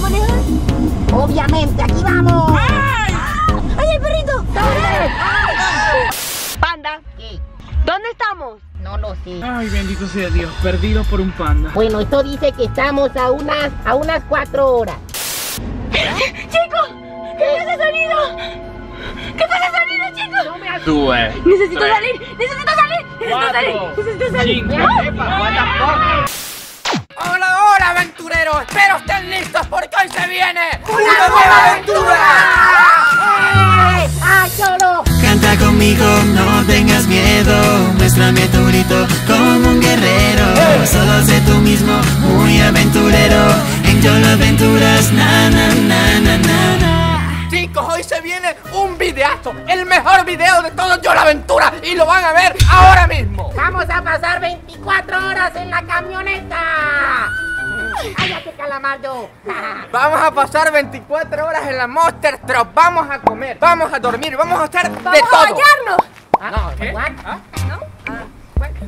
manejar? Obviamente, aquí vamos. ¡Ay! ¡Ay, el perrito! Panda, ¿Qué? ¿dónde estamos? No lo sé. Ay, bendito sea Dios, perdidos por un panda. Bueno, esto dice que estamos a unas, a unas cuatro horas. ¡Chicos! ¿Qué fue ese sonido? ¿Qué fue ese sonido, chicos? Sube. Necesito salir, necesito salir, necesito salir, necesito salir. Hola, hola aventureros, espero estén listos porque hoy se viene una, nueva aventura. ¡Ay, solo! Canta conmigo, no tengas miedo. Muéstrame tu grito como un guerrero. Solo sé tú mismo, muy aventurero. En Yolo Aventuras, na na na na na na. Chicos, hoy se viene un videazo, el mejor video de todo Yo la Aventura y lo van a ver ahora mismo. ¡Vamos a pasar 24 horas en la camioneta! ¡Cállate, calamardo! Vamos a pasar 24 horas en la Monster Truck, vamos a comer, vamos a dormir, vamos a estar de ¡Vamos a todo. bañarnos! Ah, what? ¿No?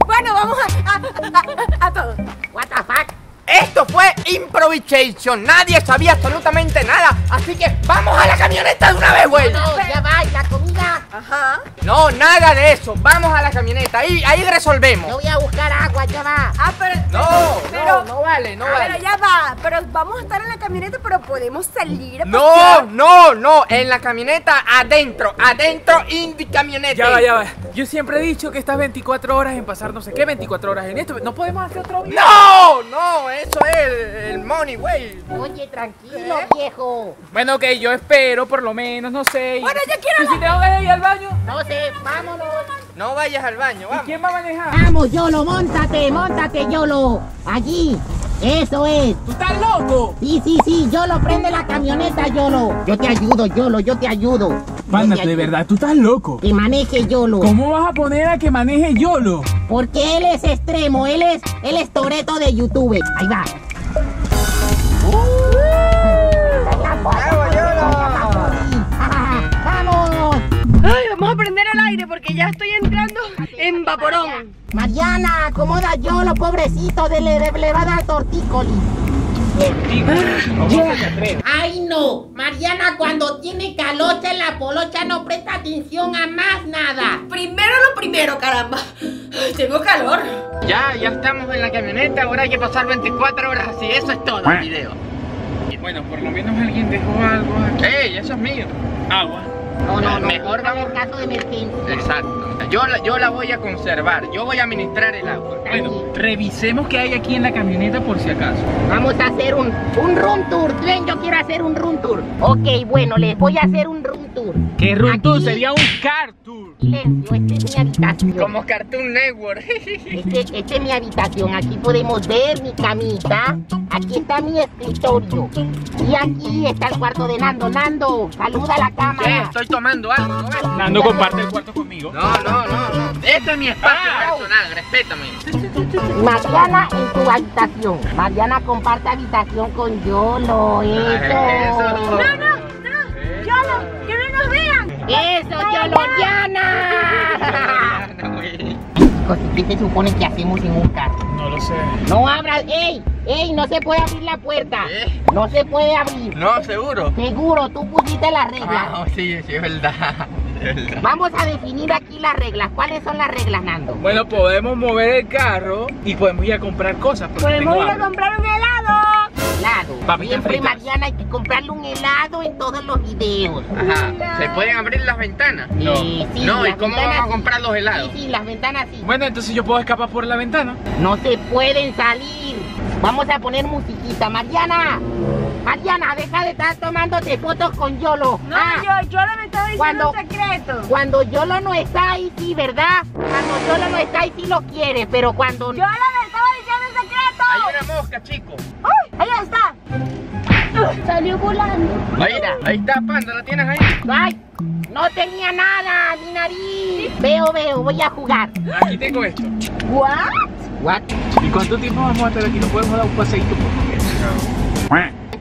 Bueno, vamos a, a, a, a, a todo. What the fuck? Esto fue improvisation, nadie sabía absolutamente nada, así que vamos a la camioneta de una vez, güey. No, ya va, y la comida. Ajá. No, nada de eso, vamos a la camioneta, ahí, ahí resolvemos. Yo voy a buscar agua, ya va. Ah, pero. No, pero, no, no vale, no Pero vale. ya va. Pero vamos a estar en la camioneta, pero podemos salir. a No, pasear. no, no, en la camioneta adentro, adentro Indy camioneta. Ya va, ya va. Yo siempre he dicho que estas 24 horas en pasar no sé qué, 24 horas en esto. No podemos hacer otro video. No, no, eso es el, el money, güey. Oye, tranquilo, ¿Eh? viejo. Bueno, ok, yo espero por lo menos, no sé. y- Bueno, yo quiero ¿Y si tengo que ir al baño? No sé, vámonos. No vayas al baño, ¿Y vamos. quién va a manejar? Vamos, Yolo, montate, montate, Yolo. Allí. Eso es. ¡Tú estás loco! Sí, sí, sí, Yolo, prende la camioneta, Yolo. Yo te ayudo, Yolo, yo te ayudo. Yo Panda, te de ayudo. verdad, tú estás loco. Que maneje Yolo. ¿Cómo vas a poner a que maneje Yolo? Porque él es extremo, él es, él es toreto de YouTube. Ahí va. ¡Bravo, Yolo! ¡Vamos! Ay, vamos a prender el aire porque ya estoy entrando en vaporón. Mariana, acomoda a Yolo, pobrecito, de le, le va a dar tortícolis. Ay no, Mariana cuando tiene calocha en la polocha no presta atención a más nada. Primero lo primero, caramba. Ay, Tengo calor. Ya, ya estamos en la camioneta, ahora hay que pasar 24 horas así, eso es todo el video. Bueno, por lo menos alguien dejó algo ¡Ey, eso es mío! Agua. No, no, no. Mejor para vamos- el caso de emergencia. Exacto. Yo la, yo la voy a conservar, yo voy a administrar el agua. Bueno, revisemos qué hay aquí en la camioneta por si acaso. Vamos a hacer un, un room tour. Ven, yo quiero hacer un room tour. Ok, bueno, les voy a hacer un room tour. ¿Qué Aquí. ruto sería un car tour? Silencio, esta es mi habitación. Como Cartoon Network. Este, esta es mi habitación. Aquí podemos ver mi camita. Aquí está mi escritorio. Y aquí está el cuarto de Nando. Nando, saluda a la Eh, cámara. Estoy tomando algo, ¿no ves? Nando comparte el cuarto conmigo. No, no, no, no. Este es mi espacio Au. personal, respétame. Mariana en tu habitación. Mariana comparte habitación con Yolo. Eso. Eso. Yolo, que no nos vean. Eso, Yoloriana. Chicos, ¿y ¿qué se supone que hacemos en un carro? No lo sé. No abras. ¡Ey! ¡Ey! No se puede abrir la puerta. ¿Eh? No se puede abrir. No, seguro. Seguro, tú pusiste las reglas. Ah, sí, sí, es verdad. Es verdad. Vamos a definir aquí las reglas. ¿Cuáles son las reglas, Nando? Bueno, podemos mover el carro y podemos ir a comprar cosas. Porque Podemos tengo ir a hambre. comprar un helado. Helado. Papitas Siempre, fritas. Mariana, hay que comprarle un helado en todos los videos. Ajá. ¿Se pueden abrir las ventanas? No. Eh, sí, No, ¿y las cómo ventanas vamos a sí. comprar los helados? Sí, sí, las ventanas sí. Bueno, entonces yo puedo escapar por la ventana. No se pueden salir. Vamos a poner musiquita. Mariana, Mariana, deja de estar tomándote fotos con Yolo. No, Ah, yo, Yolo me estaba diciendo Cuando- un secreto. Cuando Yolo no está ahí, sí, ¿verdad? Cuando Yolo no está ahí, sí lo quiere, pero cuando... Yolo me estaba diciendo un secreto. Hay una mosca, chico. ¡Uy! Ahí está. Salió volando. Ahí, ahí está, panda, ¿la tienes ahí? ¡Ay! No tenía nada, mi nariz. Veo, veo, voy a jugar. Aquí tengo esto. ¿What? What? ¿Y cuánto tiempo vamos a estar aquí? ¿No podemos dar un paseíto por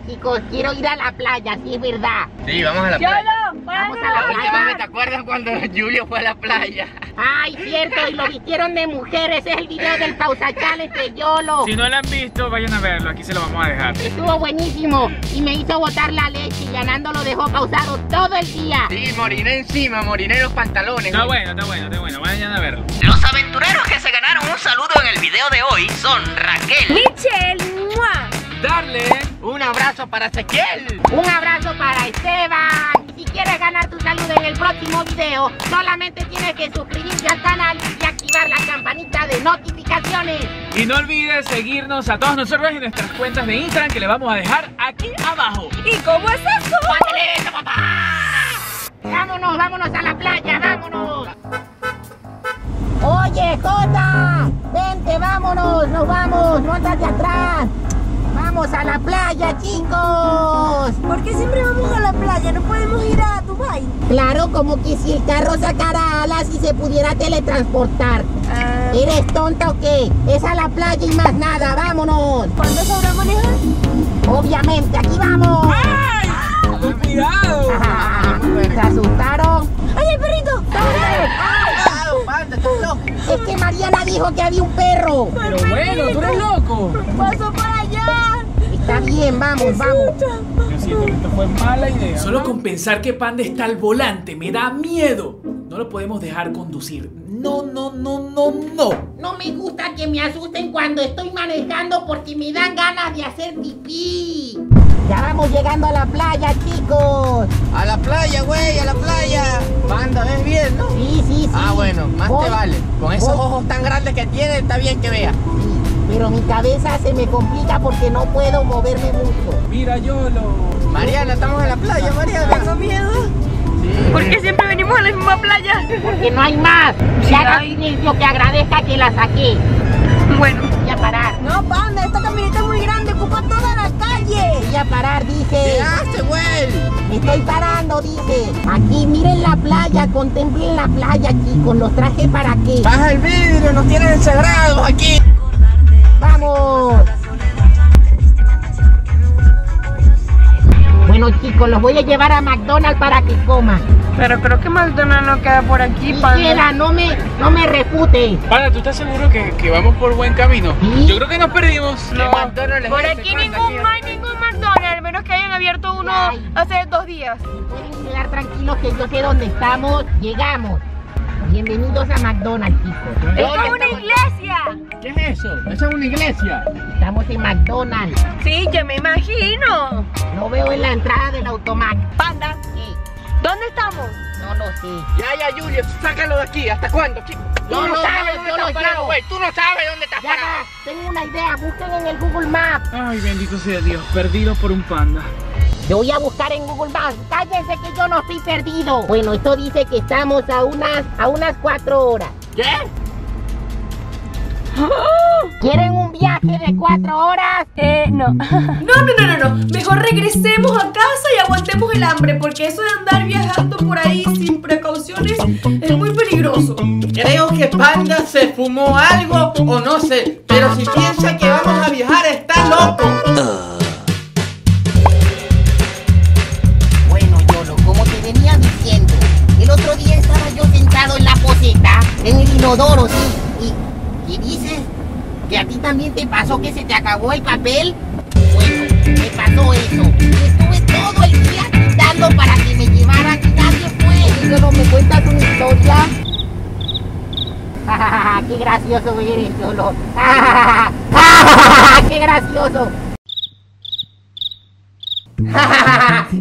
Chicos, quiero ir a la playa, sí es verdad. Sí, vamos a la playa. Yolo, Vamos a la Últimamente, ¿te playa. acuerdas cuando Julio fue a la playa? Ay, cierto, y lo vistieron de mujer. Ese es el video del pausachales de Yolo. Si no la han visto, vayan a verlo. Aquí se lo vamos a dejar. Estuvo buenísimo y me hizo botar la leche y ganando lo dejó pausado todo el día. Sí, moriré encima, moriré en los pantalones. Está bueno, está bueno, está bueno. Vayan a verlo. Los aventureros que se ganaron un saludo en el video de hoy son Raquel, Michelle, ¡mua! Darle. Un abrazo para Ezequiel. Un abrazo para Esteban. Y Si quieres ganar tu salud en el próximo video, solamente tienes que suscribirte al canal y activar la campanita de notificaciones. Y no olvides seguirnos a todos nosotros en nuestras cuentas de Instagram que le vamos a dejar aquí abajo. ¿Y cómo es eso? Vámonos, vámonos a la playa, vámonos. Oye, Jota, vente, vámonos, nos vamos, no andas de atrás. Vamos a la playa, chicos. ¿Por qué siempre vamos a la playa? ¿No podemos ir a Dubai? Claro, como que si el carro sacara alas y se pudiera teletransportar. ¿Eres tonta o qué? Es a la playa y más nada, vámonos. ¿Cuándo sabrá manejar? Obviamente, aquí vamos. ¡Cuidado! ¿Se asustaron? ¡Ay, el perrito! Es que Mariana dijo que había un perro. Pero bueno, tú eres loco. ¡Pasó por allá! Está bien, vamos, vamos. Yo siento que esto fue mala idea. Eh, Solo con pensar que Panda está al volante me da miedo. No lo podemos dejar conducir. No, no, no, no, no. No me gusta que me asusten cuando estoy manejando porque me dan ganas de hacer pipí. Ya vamos llegando a la playa, chicos. A la playa, güey, a la playa. Panda, ves bien, ¿no? Sí, sí, sí. Ah, bueno, más Voy, te vale. Con esos voy. ojos tan grandes que tiene, está bien que vea. Pero mi cabeza se me complica porque no puedo moverme mucho. Mira, Yolo. Mariana, estamos en la playa, Mariana. ¿Por qué siempre venimos a la misma playa? Porque no hay más. Si haga silencio que agradezca que la saqué. Bueno, Voy a parar. No, panda, esta camioneta es muy grande, ocupa toda la calle. Voy a parar, dije. Llegaste, güey. Estoy parando, dije. Aquí miren la playa, contemplen la playa, chicos. Los traje para qué. Baja el vidrio, nos tienen encerrados aquí. ¡Vamos! Bueno chicos, los voy a llevar a McDonald's para que coman. pero creo que McDonald's no queda por aquí, Quisiera, no me, no me refute. Panda, ¿tú estás seguro que, que vamos por buen camino? Sí. Yo creo que nos perdimos. No. Por aquí ningún, no hay ningún McDonald's, al menos que hayan abierto uno Ay. hace dos días. Pueden quedar tranquilos que yo sé dónde estamos. Llegamos. Bienvenidos a McDonald's chicos. ¡Esto es una iglesia! ¿Qué es eso? Esa es una iglesia. Estamos en McDonald's. Sí, ya me imagino. Lo veo en la entrada del automac. Panda, Sí, ¿dónde estamos? no lo sé. Ya, ya, Julio, sácalo de aquí. ¿Hasta cuándo, chico? Tú no sabes, yo lo estás parado, llevo. güey. Tú no sabes dónde estás Ya va, parado. tengo una idea. Busquen en el Google Maps. Ay, bendito sea Dios, perdido por un panda. Yo voy a buscar en Google Maps. Cállense que yo no estoy perdido. Bueno, esto dice que estamos a unas, a unas cuatro horas. ¿Qué? ¿Quieren un viaje de cuatro horas? Eh, no. No, no, no, no, no. Mejor regresemos a casa y aguantemos el hambre, porque eso de andar viajando por ahí sin precauciones es muy peligroso. Creo que Panda se fumó algo o no sé, pero si piensa que vamos a viajar está loco. Bueno, Yolo, como te venía diciendo, el otro día estaba yo sentado en la poseta, en el inodoro, sí. ¿Y qué dices? ¿Que a ti también te pasó que se te acabó el papel? Bueno, me pasó eso. Estuve todo el día quitando para que me llevaran y nadie fue. Yolo, ¿me cuentas una historia? ¡Qué gracioso eres, Yolo! ¡Qué gracioso!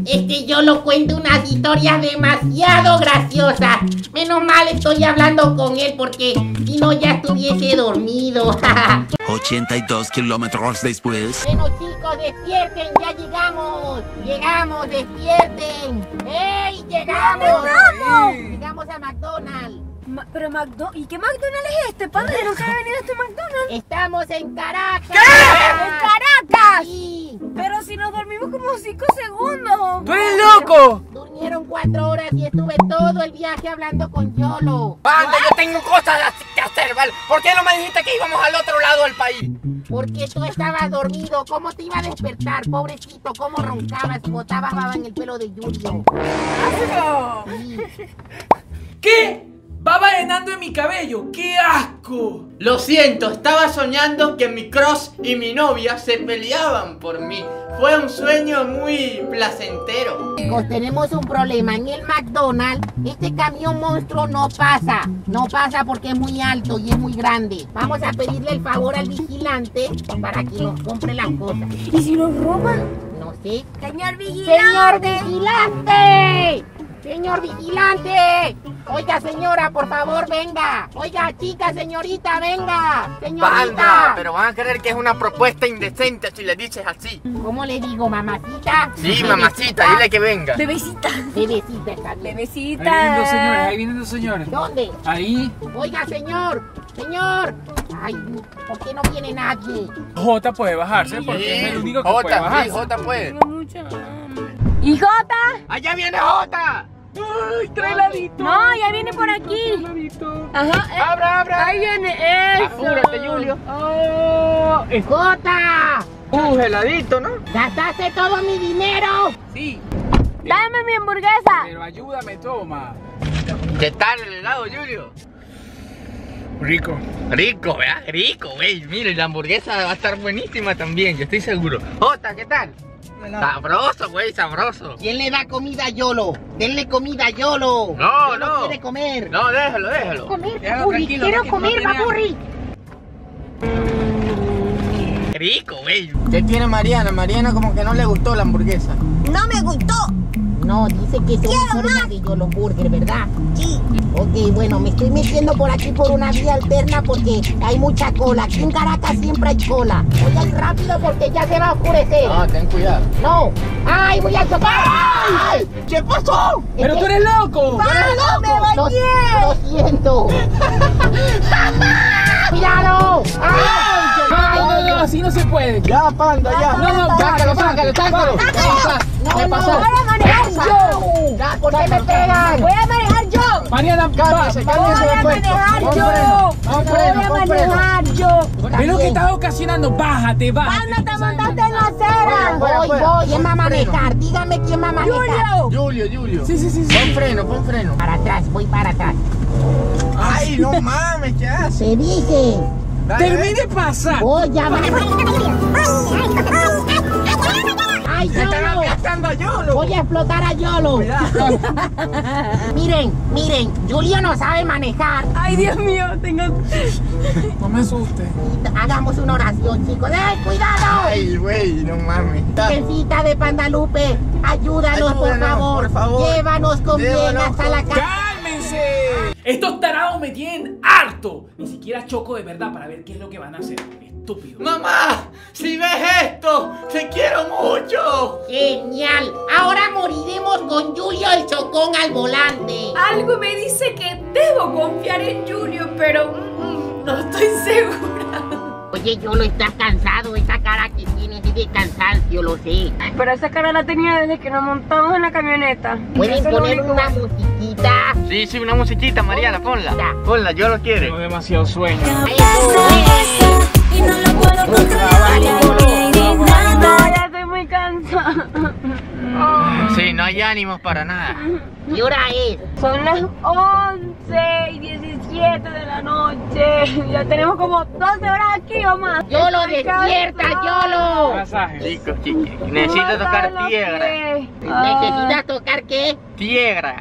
es que yo lo cuento unas historias demasiado graciosas. Menos mal estoy hablando con él porque si no ya estuviese dormido. 82 kilómetros después. bueno chicos, despierten, ya llegamos. Llegamos, despierten. ¡Ey, llegamos! ¡Llegamos! Llegamos a McDonald's. Ma- pero McDonald's, ¿y qué McDonald's es este, panda? Yo nunca he venido a este McDonald's. Estamos en Caracas. Ah. ¡En Caracas! Sí. Pero si nos dormimos como 5 segundos. ¡Tú eres loco! Durmieron cuatro horas y estuve todo el viaje hablando con Yolo. Panda, yo tengo cosas que hacer. Buster, ¿vale? ¿Por qué no me dijiste que íbamos al otro lado del país? Porque tú estabas dormido. ¿Cómo te iba a despertar, pobrecito? ¿Cómo roncabas y botabas baba en el pelo de Julio? ¿Qué? Va balenando en mi cabello. ¡Qué asco! Lo siento, estaba soñando que mi cross y mi novia se peleaban por mí. Fue un sueño muy placentero. Chicos, Pues tenemos un problema. En el McDonald's, este camión monstruo no pasa. No pasa porque es muy alto y es muy grande. Vamos a pedirle el favor al vigilante para que nos compre las cosas. ¿Y si nos roban? No sé. Señor ¡Señor vigilante. vigilante! ¡Señor vigilante! Oiga, señora, por favor, venga. Oiga, chica, señorita, venga. Banda, Señorita. pero van a creer que es una propuesta indecente si le dices así. ¿Cómo le digo, mamacita? Sí, mamacita, dile que venga. Bebecita. Bebecita está bien. Ahí vienen los señores, Bebecita. ahí vienen los señores. ¿Dónde? Ahí. Oiga, señor, señor. Ay, ¿por qué no viene nadie? J puede bajarse porque es el único que puede Jota, sí, bajarse. Jota puede. ¿Y Jota? ¡Allá viene Jota! No, ya viene por aquí. Ajá. eh, Ah, ¡Abra, abra! Ahí viene eso. ¡Apúrate, Julio! ¡Oh! es- ¡Jota! ¡Uh, heladito, ¿no? ¡Gastaste todo mi dinero! Sí, Dame mi hamburguesa. pero ayúdame, toma. ¿Qué tal el helado, Julio? Rico. Rico, ¿verdad? Rico, güey. Mire, la hamburguesa va a estar buenísima también, yo estoy seguro. Jota, ¿qué tal? Sabroso, güey, sabroso. ¿Quién le da comida a Yolo? Denle comida a Yolo. No, Yolo no. quiere comer. No, déjalo, déjalo. Comer, Déjalo, papurri. tranquilo, Quiero no, que no comer, tiene hambre. papurri. Rico, güey. ¿Qué tiene Mariana? Mariana como que no le gustó la hamburguesa. No me gustó. No, dice que se mejor la de Yolo Burger, ¿verdad? Sí. Ok, bueno, me estoy metiendo por aquí por una vía alterna porque hay mucha cola. Aquí en Caracas siempre hay cola. Voy a ir rápido porque ya se va a oscurecer. Ah, ten cuidado. No. ¡Ay, voy a chocar! ¡Ay! ¿Qué pasó? ¡Pero tú eres loco! ¡Ah, me Lo, bañé! lo siento. ¡Cuidado! ¡Ay! No, no, no, así no se puede. Ya, panda, ya. No, no, sácalo, sácalo, sácalo. ¡No, no! ¡Voy a manejar yo! Ya, ¿Por qué me pegan? Voy a manejar yo. Mariana, Cálmese, Voy cálmese a de puesto. manejar Pon yo. freno, pon Voy freno, a pon freno. manejar yo. ve lo que estás ocasionando. Bájate, bájate. Anda, te montaste en la acera. Fuera, Voy, fuera. voy, es más manejar. Dígame quién va a manejar. Julio. Julio, Julio. Sí, sí, sí, sí. Pon freno, pon freno. Para atrás, voy para atrás. Ay, no mames, ¿qué haces? Te dije, Termine de pasar. Oh. voy a ¡Ay, Yolo! Estando Yolo. Voy a explotar a Yolo. miren, miren, Julio no sabe manejar. Ay, Dios mío, tengo. No me asustes. Hagamos una oración, chicos. ¡Eh, cuidado! Ay, güey, no mames. Está- Virgencita de Pandalupe, ayúdanos, por, Ayúdanos, favor. por favor. Llévanos con bien Llévanos hasta con- la casa. ¡Cálmense! Estos tarados me tienen harto. Ni siquiera choco de verdad para ver qué es lo que van a hacer. Estúpido. Mamá, si ves esto, te quiero mucho. Genial. Ahora moriremos con Julio el Chocón al volante. Algo me dice que debo confiar en Julio, pero mm, mm, no estoy segura. Oye, Yolo, estás cansado. Esa cara que tienes es de cansancio, lo sé. Pero esa cara la tenía desde que nos montamos en la camioneta. Pueden Eso es lo poner único una bueno. musiquita. Sí, sí, una musiquita, Mariana, ponla. Ponla, yo lo quiero. Tengo demasiado sueño. Eso es. Y no lo puedo controlar. Ya no me No, nada. ya estoy muy cansada. Sí, no hay ánimos para nada. ¿Qué hora es? Son las 11 y 17 de la noche. Ya tenemos como 12 horas aquí o más. Yolo, Estoy despierta, cansada. Yolo. Pasaje. Chicos, chiqui, necesito tocar Mátalo, tierra. que- Ah. ¿Necesitas tocar qué? Tierra.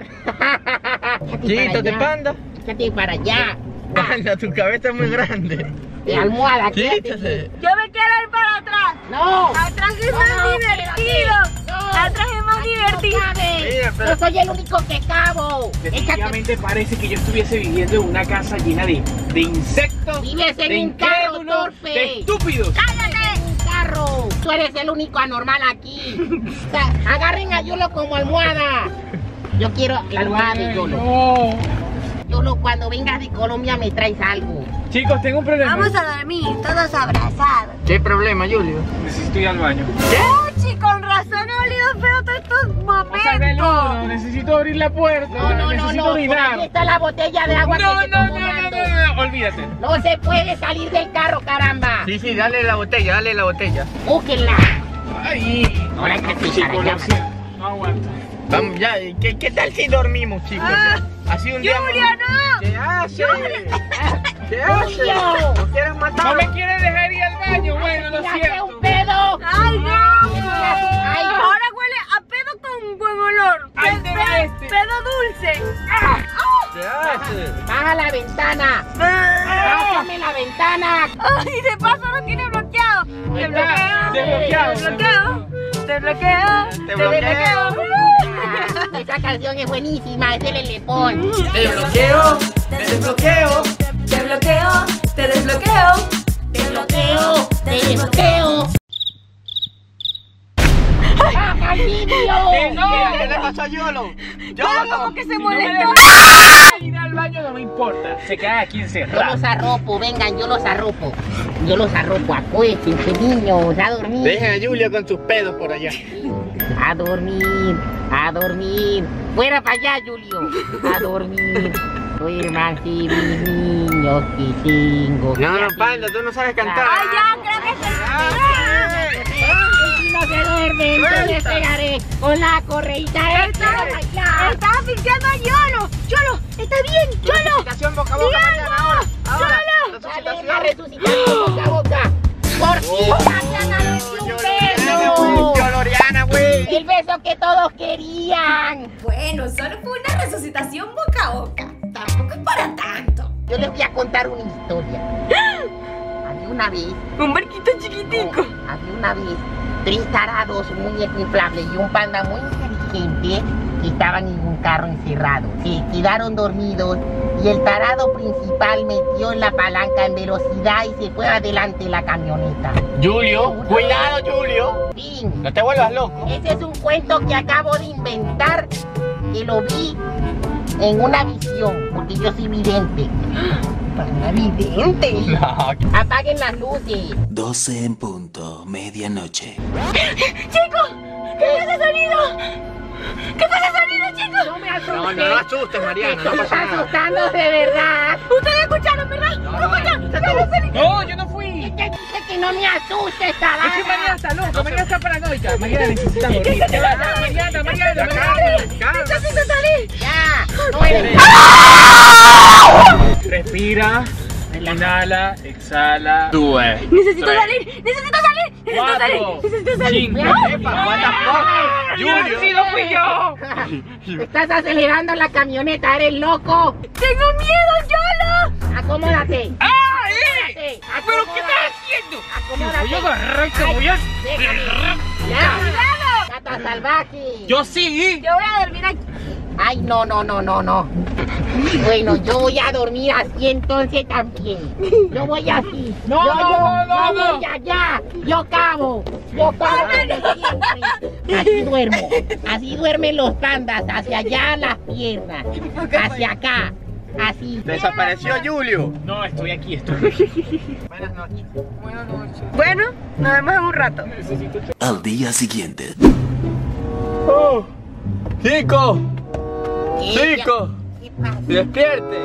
Échate Quítate, para allá. panda. Ah, Échate para allá. Panda, tu cabeza es muy grande. De almohada, quédate. Quítate. Yo me quiero ir para atrás. No. Atrás es No, más no, divertido. espérate. No. Atrás es más divertido. Mira, pero- Yo soy el único que cabo. Échate. Definitivamente parece que yo estuviese viviendo en una casa llena de, de insectos. Vives en de un carro incrédulos, torpe. De estúpidos. ¡Cállate! Un carro. Tú eres el único anormal aquí. O sea, agarren a Yolo como almohada. Yo quiero la almohada de Yolo. No. Yolo, cuando vengas de Colombia me traes algo. Chicos, tengo un problema. Vamos a dormir, todos abrazados. ¿Qué problema, Julio? Necesito ir al baño. Ochi, con razón he olido feo todos estos Sácame el momentos. uno, necesito abrir la puerta. No, no, no, necesito no. Por orinar. aquí está la botella de agua que No, te no, tomó no, no, Nando. no, no, olvídate. No se puede salir del carro, caramba. Sí, sí, dale la botella, dale la botella. Búsquenla. Ay, ahora que sí, psicología. No aguanta. Vamos, ya, ¿qué, qué tal si dormimos, chicos? Ah, ha sido un día. Julia, no. ¿Qué hace? ¿Qué hace? Julio. ¿Lo quieres matar? No me quieres dejar ir al baño, bueno, lo ¡Tírate un pedo! ¡Ay, no! Ay, no. Ahora huele a pedo con buen olor. Ahí Pe- te pe- va este. Pedo dulce. Ah, ah. ¿Qué hace? ¡Baja la ventana! ¡Bájame la ventana! ¡Ay, de paso no tiene bloqueado! ¡Te bloqueo! Desbloqueado. ¡Te bloqueo! ¡Te bloqueo! Te bloqueo. Ah, Esa canción es buenísima, es del Elepón. Mm. Te bloqueo, te desbloqueo. Te bloqueo, te desbloqueo. ¡Te bloqueo! ¡Te desbloqueo! ¡Baja el ¿Qué? niño! ¿Qué le pasó a Yolo? Claro, Yolo. como que se Si no me molestó. dejas ir al baño, no me importa. Se queda aquí Yo encerrado. los arropo, vengan, yo los arropo. Yo los arropo, acuéstense, niños, a dormir. Dejen a Julia con sus pedos por allá. A dormir, a dormir. Fuera para allá, Julio. A dormir. Duerman si mis niños y cinco. No, no, panda, tú no sabes cantar. ¡Ay, ya! Creo que se Ah, sí. Si no se duermen, yo les pegaré con la correita esta. ¡Estaba pinchando a Yolo! ¡Yolo! ¡Está bien! ¡Yolo! Resucitación boca a boca, Mariana, ahora. Ahora. Dale la Resucitación. resucitación Oh, boca a boca. Por ti, Mariana, denle Yo, un beso. Loriana, güey. El beso que todos querían. Bueno, solo fue una resucitación boca a boca. Tampoco es para tanto. Yo les voy a contar una historia. Había una vez Un barquito chiquitico. Había una vez tres tarados, un muñeco inflable y un panda muy inteligente que estaban en un carro encerrado. Se quedaron dormidos y el tarado principal metió la palanca en velocidad y se fue adelante la camioneta. Julio, cuidado, Julio. Fin. No te vuelvas loco. Ese es un cuento que acabo de inventar que lo vi en una visión, porque yo soy vidente. ¿Para vidente? No, Apaguen las luces. 12 en punto, medianoche. ¡Chicos! ¿Qué fue ese sonido? ¿Qué fue ese sonido, chicos? No me no, no lo asustes, Mariana, no pasa Están nada. asustando de verdad. Ustedes escucharon, ¿verdad? ¿Cómo ya? No, yo no fui. Te dije que no me asustes, tarada. Es que Mariana está loca, Mariana está paranoica. Mariana necesita dormir. Mariana, Mariana, Mariana. Calma, ¡Necesito salir! Ya, no eres. Respira, inhala, exhala. Due. ¡Necesito salir! ¡Necesito salir! ¡Necesito Cuatro. salir! ¡Necesito salir! Cinco. ¡Ah! Epa, what the fuck. Julio. Sí, no fui yo. Estás acelerando la camioneta, eres loco. ¡Tengo miedo, Yolo! Acomódate. ¡Ah, eh! acomódate, ¿Pero qué estás acomódate, haciendo? Acomódate. Voy a agarrar, te voy a... Déjame. Ya. Gata salvaje. Yo sí. Yo voy a dormir aquí. Ay, no, no, no, no, no. Bueno, yo voy a dormir así entonces también. Yo voy así. No, yo, no, yo, no, no, yo no. voy allá. Yo cabo. Yo cabo desde siempre. Así duermo. Así duermen los pandas. Hacia allá las piernas. pues. Hacia acá. Así. Desapareció Julio. No, estoy aquí, estoy aquí. Buenas noches. Bueno, nos vemos en un rato. Al día siguiente. Oh, chico, ¿Qué? chico, ¿Qué pasa? despierte.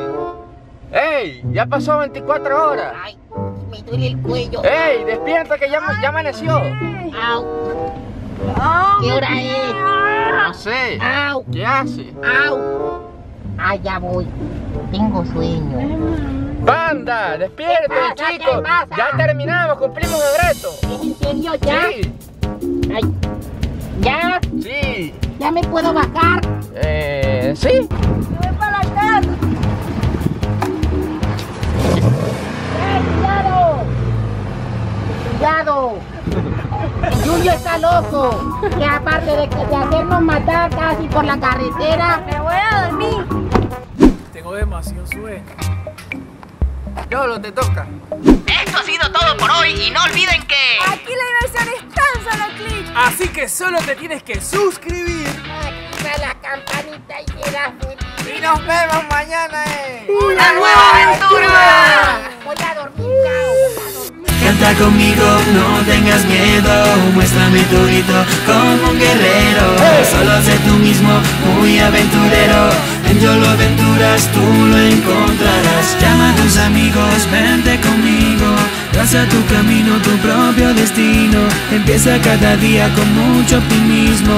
¡Ey! Ya pasó 24 horas. Ay, me duele el cuello. ¡Ey! Despierta que ya, ya amaneció. Au, ¡Oh! ¿Qué hora es? No sé. Au, ¿Qué hace? au. Allá voy. Tengo sueño. ¡Banda! ¡Despierten, ¿Qué pasa? chicos! ¿Qué pasa? ¡Ya terminamos! ¡Cumplimos el reto! ¿Es en serio ya? Sí, Ay, ya, sí. ya me puedo bajar. Eh, sí. ¡Voy para la casa! ¡Cuidado! ¡Cuidado! Julio está loco. Que aparte de, que- de hacernos matar casi por la carretera, ¡Me voy a dormir! Tengo demasiado sueño. Yolo, te toca. Esto ha sido todo por hoy y no olviden que... Aquí la diversión es tan solo clic. Así que solo te tienes que suscribir. activa la campanita y serás feliz. Y nos vemos mañana, eh. ¡Una nueva aventura! Voy a dormir, chao. Canta conmigo, no tengas miedo, muéstrame tu grito como un guerrero. Solo sé tú mismo, muy aventurero. En Yolo Aventuras tú lo encontrarás. Llama a tu tus amigos, vente conmigo. Traza tu camino, tu propio destino. Empieza cada día con mucho optimismo.